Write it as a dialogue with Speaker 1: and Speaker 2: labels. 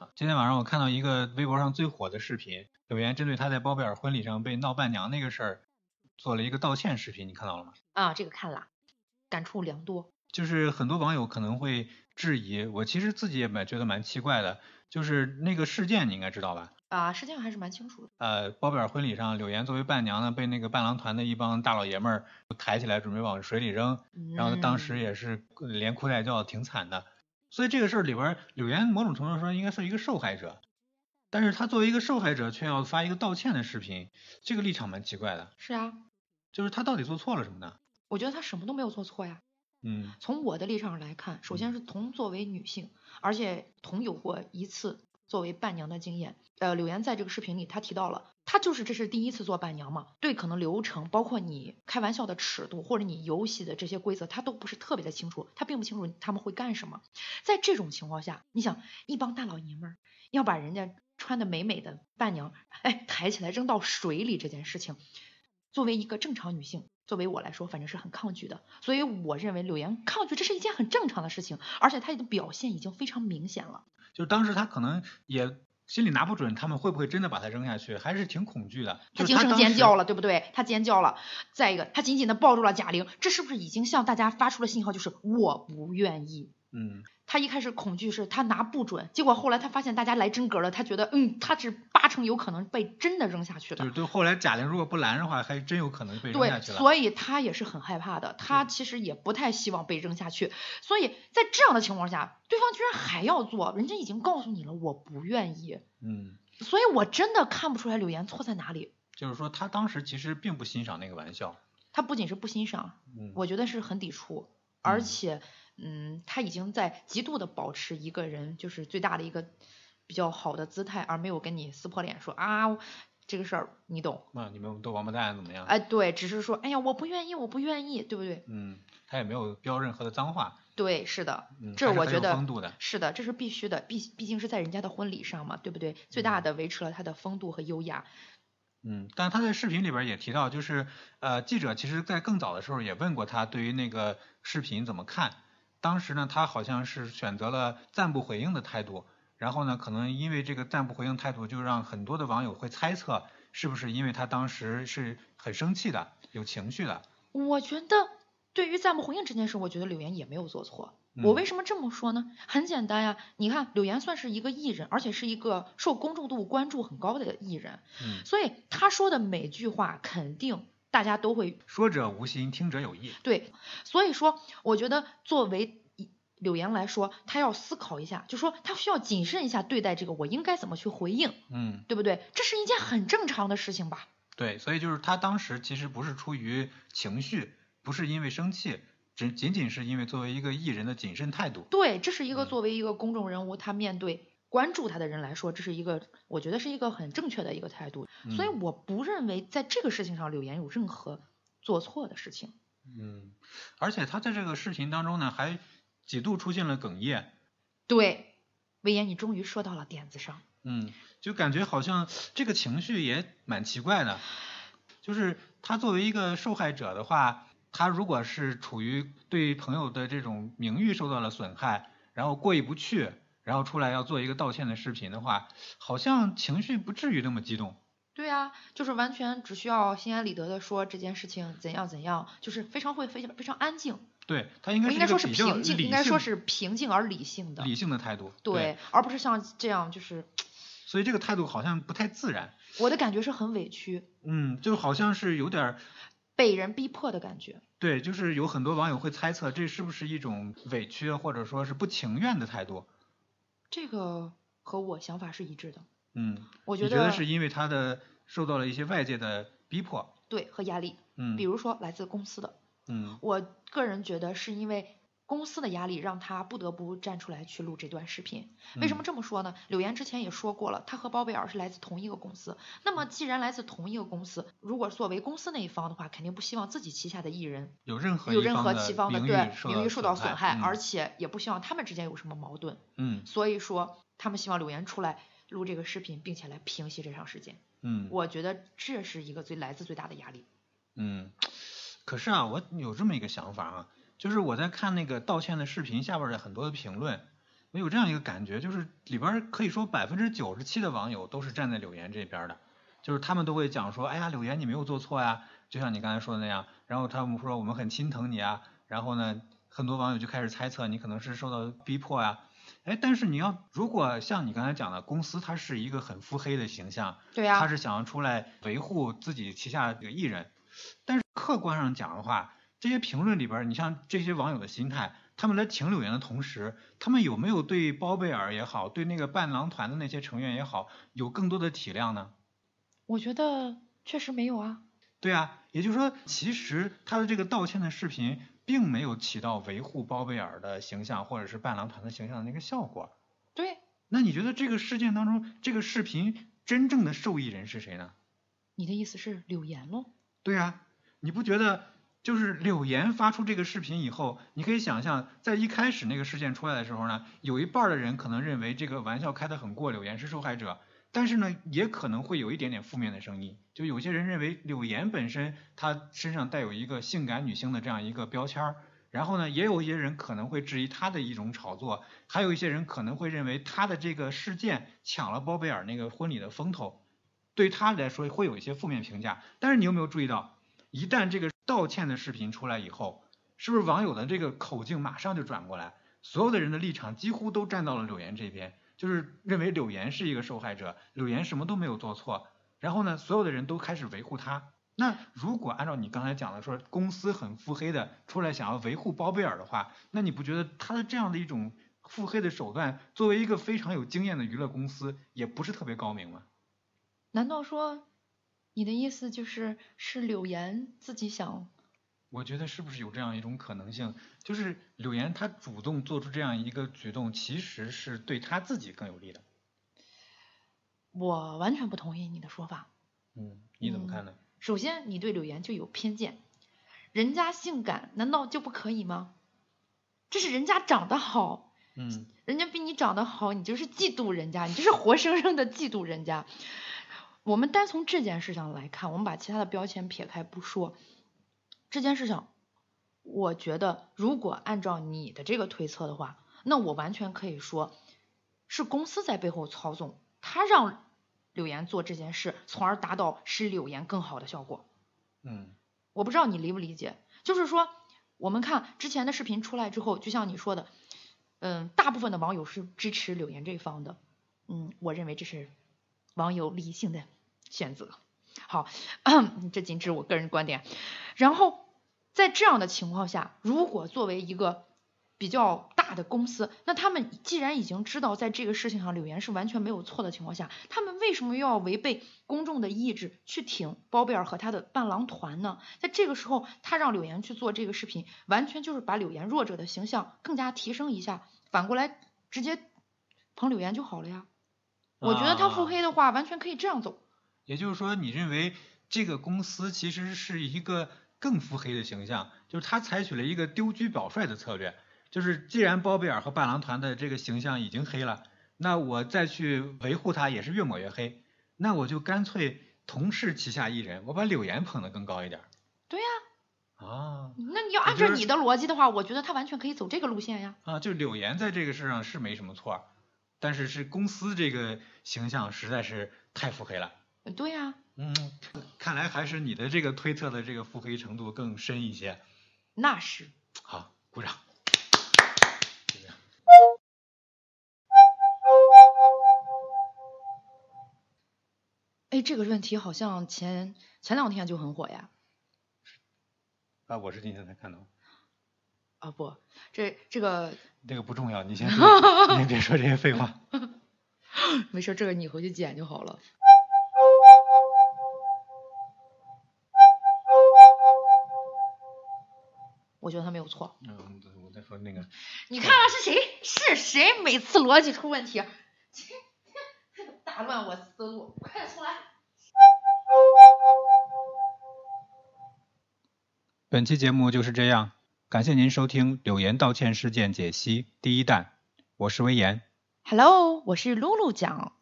Speaker 1: 啊今天晚上我看到一个微博上最火的视频，有言针对他在包贝尔婚礼上被闹伴娘那个事儿做了一个道歉视频，你看到了吗？
Speaker 2: 啊，这个看了，感触良多。
Speaker 1: 就是很多网友可能会质疑，我其实自己也蛮觉得蛮奇怪的，就是那个事件你应该知道吧？
Speaker 2: 啊，实际上还是蛮清楚的。
Speaker 1: 呃，包贝尔婚礼上，柳岩作为伴娘呢，被那个伴郎团的一帮大老爷们儿抬起来准备往水里扔，然后她
Speaker 2: 嗯
Speaker 1: 当时也是呃连哭带叫，挺惨的。所以这个事儿里边儿，柳岩某种程度说应该是一个受害者，但是她作为一个受害者却要发一个道歉的视频，这个立场蛮奇怪的
Speaker 2: 嗯。是啊，
Speaker 1: 就是她到底做错了什么呢？
Speaker 2: 我觉得他什么都没有做错呀。
Speaker 1: 嗯
Speaker 2: 从我的立场上来看，首先是童作为女性，而且童有过一次作为伴娘的经验。呃，柳岩在这个视频里，她提到了，她就是这是第一次做伴娘嘛，对可能流程，包括你开玩笑的尺度，或者你游戏的这些规则，她都不是特别的清楚，她并不清楚他们会干什么。在这种情况下，你想一帮大老爷们儿要把人家穿的美美的伴娘，哎，抬起来扔到水里这件事情，作为一个正常女性，作为我来说，反正是很抗拒的。所以我认为柳岩抗拒这是一件很正常的事情，而且她的表现已经非常明显了。
Speaker 1: 就是当时她可能也心里拿不准他们会不会真的把她扔下去，还是挺恐惧的。
Speaker 2: 她
Speaker 1: 就是
Speaker 2: 惊声
Speaker 1: 当
Speaker 2: 尖
Speaker 1: 时
Speaker 2: 叫了，对不对？她尖叫了。再一个，她紧紧地抱住了贾玲，这是不是已经向大家发出了信号，就是我不愿意？
Speaker 1: 嗯，
Speaker 2: 她一开始恐惧是她拿不准，结果后来她发现大家来真格了，她觉得嗯，她是八成有可能被真的扔下去
Speaker 1: 就。
Speaker 2: 的
Speaker 1: 是对后来贾玲如果不拦的话，还真有可能被扔下
Speaker 2: 对，
Speaker 1: 去了。嗯
Speaker 2: 所以他也是很害怕的，他其实也不太希望被扔下去。所以在这样的情况下，对方居然还要做，人家已经告诉你了，我不愿意。
Speaker 1: 嗯，
Speaker 2: 所以我真的看不出来柳岩错在哪里。
Speaker 1: 就是说她当时其实并不欣赏那个玩笑。
Speaker 2: 他不仅是不欣赏，
Speaker 1: 嗯，
Speaker 2: 我觉得是很抵触，而
Speaker 1: 嗯
Speaker 2: 且，嗯，他已经在极度的保持一个人就是最大的一个比较好的姿态，而没有跟你撕破脸说啊这个事儿你懂。
Speaker 1: 那你们都王八蛋怎么样？
Speaker 2: 哎，对，只是说，哎呀，我不愿意，我不愿意，对不对？
Speaker 1: 嗯，他也没有标任何的脏话。
Speaker 2: 对，是的，
Speaker 1: 嗯，
Speaker 2: 这
Speaker 1: 还是
Speaker 2: 我
Speaker 1: 很
Speaker 2: 觉
Speaker 1: 有
Speaker 2: 得
Speaker 1: 风度的。
Speaker 2: 是的，这是必须的，毕毕竟是在人家的婚礼上嘛，对不对？最大
Speaker 1: 嗯
Speaker 2: 的维持了他的风度和优雅。
Speaker 1: 嗯，但他在视频里边也提到，就是呃，记者其实在更早的时候也问过他对于那个视频怎么看。当时呢，他好像是选择了暂不回应的态度。然后呢，可能因为这个暂不回应态度，就让很多的网友会猜测，是不是因为他当时是很生气的，有情绪的。
Speaker 2: 我觉得对于暂不回应这件事，我觉得柳岩也没有做错。我
Speaker 1: 嗯
Speaker 2: 为什么这么说呢？很简单呀，你看柳岩算是一个艺人，而且是一个受公众度关注很高的艺人，
Speaker 1: 嗯，
Speaker 2: 所以她说的每句话肯定大家都会
Speaker 1: 说者无心，听者有意。
Speaker 2: 对，所以说，我觉得作为一柳岩来说，她要思考一下，就说她需要谨慎一下对待这个，我应该怎么去回应，
Speaker 1: 嗯，
Speaker 2: 对不对？这是一件很正常的事情吧？
Speaker 1: 对，所以就是他当时其实不是出于情绪，不是因为生气，只仅仅是因为作为一个艺人的谨慎态度。
Speaker 2: 对，这是一个
Speaker 1: 嗯
Speaker 2: 作为一个公众人物，他面对关注他的人来说，这是一个我觉得是一个很正确的一个态度。所以
Speaker 1: 嗯
Speaker 2: 我不认为在这个事情上柳岩有任何做错的事情。
Speaker 1: 嗯，而且他在这个视频当中呢，还几度出现了哽咽，
Speaker 2: 对，威严，你终于说到了点子上。
Speaker 1: 嗯，就感觉好像这个情绪也蛮奇怪的，就是他作为一个受害者的话，他如果是处于对朋友的这种名誉受到了损害，然后过意不去，然后出来要做一个道歉的视频的话，好像情绪不至于那么激动，
Speaker 2: 对啊，就是完全只需要心安理得的说这件事情怎样怎样，就是非常会非常非常安静，
Speaker 1: 对他应该
Speaker 2: 我
Speaker 1: 是
Speaker 2: 应
Speaker 1: 一
Speaker 2: 该
Speaker 1: 个
Speaker 2: 说是
Speaker 1: 比较
Speaker 2: 平
Speaker 1: 理性
Speaker 2: 静，应该说是平静而理性的，
Speaker 1: 理性的态度，
Speaker 2: 对，而不是像这样就是
Speaker 1: 所以这个态度好像不太自然，
Speaker 2: 我的感觉是很委屈，
Speaker 1: 嗯，就好像是有点儿。
Speaker 2: 被人逼迫的感觉。
Speaker 1: 对，就是有很多网友会猜测，这是不是一种委屈或者说是不情愿的态度？
Speaker 2: 这个和我想法是一致的，
Speaker 1: 嗯，
Speaker 2: 我
Speaker 1: 你
Speaker 2: 觉
Speaker 1: 觉
Speaker 2: 得
Speaker 1: 得是因为他的受到了一些外界的逼迫？
Speaker 2: 对和压力，
Speaker 1: 嗯，
Speaker 2: 比如说来自公司的，
Speaker 1: 嗯
Speaker 2: 我个人觉得是因为公司的压力让他不得不站出来去录这段视频。为什么
Speaker 1: 嗯
Speaker 2: 这么说呢？柳岩之前也说过了，她和包贝尔是来自同一个公司。那
Speaker 1: 嗯
Speaker 2: 么既然来自同一个公司，如果作为公司那一方的话，肯定不希望自己旗下的艺人
Speaker 1: 有任何
Speaker 2: 有
Speaker 1: 一
Speaker 2: 任何
Speaker 1: 的
Speaker 2: 其方的
Speaker 1: 名
Speaker 2: 对
Speaker 1: 誉
Speaker 2: 名誉受到损害，
Speaker 1: 嗯、
Speaker 2: 而且也不希望他们之间有什么矛盾。
Speaker 1: 嗯
Speaker 2: 所以说，他们希望柳岩出来录这个视频，并且来平息这场事件。
Speaker 1: 嗯
Speaker 2: 我觉得这是一个最来自最大的压力。
Speaker 1: 嗯。可是啊，我有这么一个想法啊，就是我在看那个道歉的视频下边儿的很多的评论，我有这样一个感觉，就是里边儿可以说百分之九十七的网友都是站在柳岩这边儿的，就是他们都会讲说，哎呀，柳岩你没有做错呀，就像你刚才说的那样，然后他们说我们很心疼你啊，然后呢，很多网友就开始猜测你可能是受到逼迫呀、哎，但是你要如果像你刚才讲的，公司它是一个很腹黑的形象，
Speaker 2: 对啊呀、
Speaker 1: 它是想要出来维护自己旗下的艺人，但是客观上讲的话，这些评论里边儿，你像这些网友的心态，他们在挺柳岩的同时，他们有没有对包贝尔也好，对那个伴郎团的那些成员也好，有更多的体谅呢？
Speaker 2: 我觉得确实没有啊。
Speaker 1: 对啊，也就是说，其实他的这个道歉的视频并没有起到维护包贝尔的形象或者是伴郎团的形象的那个效果。
Speaker 2: 对，
Speaker 1: 那你觉得这个事件当中，这个视频真正的受益人是谁呢？
Speaker 2: 你的意思是柳岩喽？
Speaker 1: 对啊，你不觉得就是柳岩发出这个视频以后，你可以想象，在一开始那个事件出来的时候呢，有一半儿的人可能认为这个玩笑开得很过，柳岩是受害者，但是呢，也可能会有一点点负面的声音，就有些人认为柳岩本身她身上带有一个性感女星的这样一个标签儿。然后呢，也有一些人可能会质疑她的一种炒作，还有一些人可能会认为她的这个事件抢了包贝尔那个婚礼的风头，对她来说会有一些负面评价。但是你有没有注意到，一旦这个道歉的视频出来以后，是不是网友的这个口径马上就转过来？所有的人的立场几乎都站到了柳岩这边，就是认为柳岩是一个受害者，柳岩什么都没有做错。然后呢，所有的人都开始维护她。那如果按照你刚才讲的说，公司很腹黑的出来想要维护包贝尔的话，那你不觉得他的这样的一种腹黑的手段，作为一个非常有经验的娱乐公司，也不是特别高明吗？
Speaker 2: 难道说你的意思就是是柳岩自己想？
Speaker 1: 我觉得是不是有这样一种可能性，就是柳岩她主动做出这样一个举动，其实是对她自己更有利的。
Speaker 2: 我完全不同意你的说法。
Speaker 1: 嗯，你怎么看呢？
Speaker 2: 首先，你对柳岩就有偏见，人家性感难道就不可以吗？这是人家长得好，
Speaker 1: 嗯，
Speaker 2: 人家比你长得好，你就是嫉妒人家，你就是活生生的嫉妒人家。我们单从这件事上来看，我们把其他的标签撇开不说，这件事情，我觉得如果按照你的这个推测的话，那我完全可以说是公司在背后操纵，他让柳岩做这件事，从而达到使柳岩更好的效果。
Speaker 1: 嗯，
Speaker 2: 我不知道你理不理解，就是说，我们看之前的视频出来之后，就像你说的，嗯，大部分的网友是支持柳岩这一方的，嗯，我认为这是网友理性的选择。好， 这仅是我个人观点。然后在这样的情况下，如果作为一个比较大的公司，那他们既然已经知道在这个事情上柳岩是完全没有错的情况下，他们为什么又要违背公众的意志去挺包贝尔和他的伴郎团呢？在这个时候，他让柳岩去做这个视频，完全就是把柳岩弱者的形象更加提升一下，反过来直接捧柳岩就好了呀。我觉得他腹
Speaker 1: 啊
Speaker 2: 黑的话，完全可以这样走。
Speaker 1: 也就是说，你认为这个公司其实是一个更腹黑的形象，就是他采取了一个丢车保帅的策略，就是既然包贝尔和伴郎团的这个形象已经黑了，那我再去维护他也是越抹越黑，那我就干脆同是旗下艺人，我把柳岩捧得更高一点儿。
Speaker 2: 对呀、
Speaker 1: 啊
Speaker 2: 那你要
Speaker 1: 也
Speaker 2: 按
Speaker 1: 就
Speaker 2: 照
Speaker 1: 是
Speaker 2: 你的逻辑的话，我觉得他完全可以走这个路线呀。
Speaker 1: 啊，就柳岩在这个事上是没什么错儿，但是是公司这个形象实在是太腹黑了。
Speaker 2: 呃对呀、
Speaker 1: 嗯，看来还是你的这个推测的这个腹黑程度更深一些。
Speaker 2: 那是。
Speaker 1: 好，鼓掌。就这样
Speaker 2: 哎，这个问题好像前前两天就很火呀。
Speaker 1: 啊，我是今天才看到，
Speaker 2: 啊不，这这个
Speaker 1: 这个不重要，你先说， 你先别说这些废话。
Speaker 2: 没事，这个你回去剪就好了。我觉得他没有错。
Speaker 1: 嗯，我再说那个，
Speaker 2: 你看看是谁是谁每次逻辑出问题， 打乱我思路，快点重来。
Speaker 1: 本期节目就是这样，感谢您收听《柳岩道歉事件解析》第一弹，我是威岩。
Speaker 2: Hello，我是露露讲。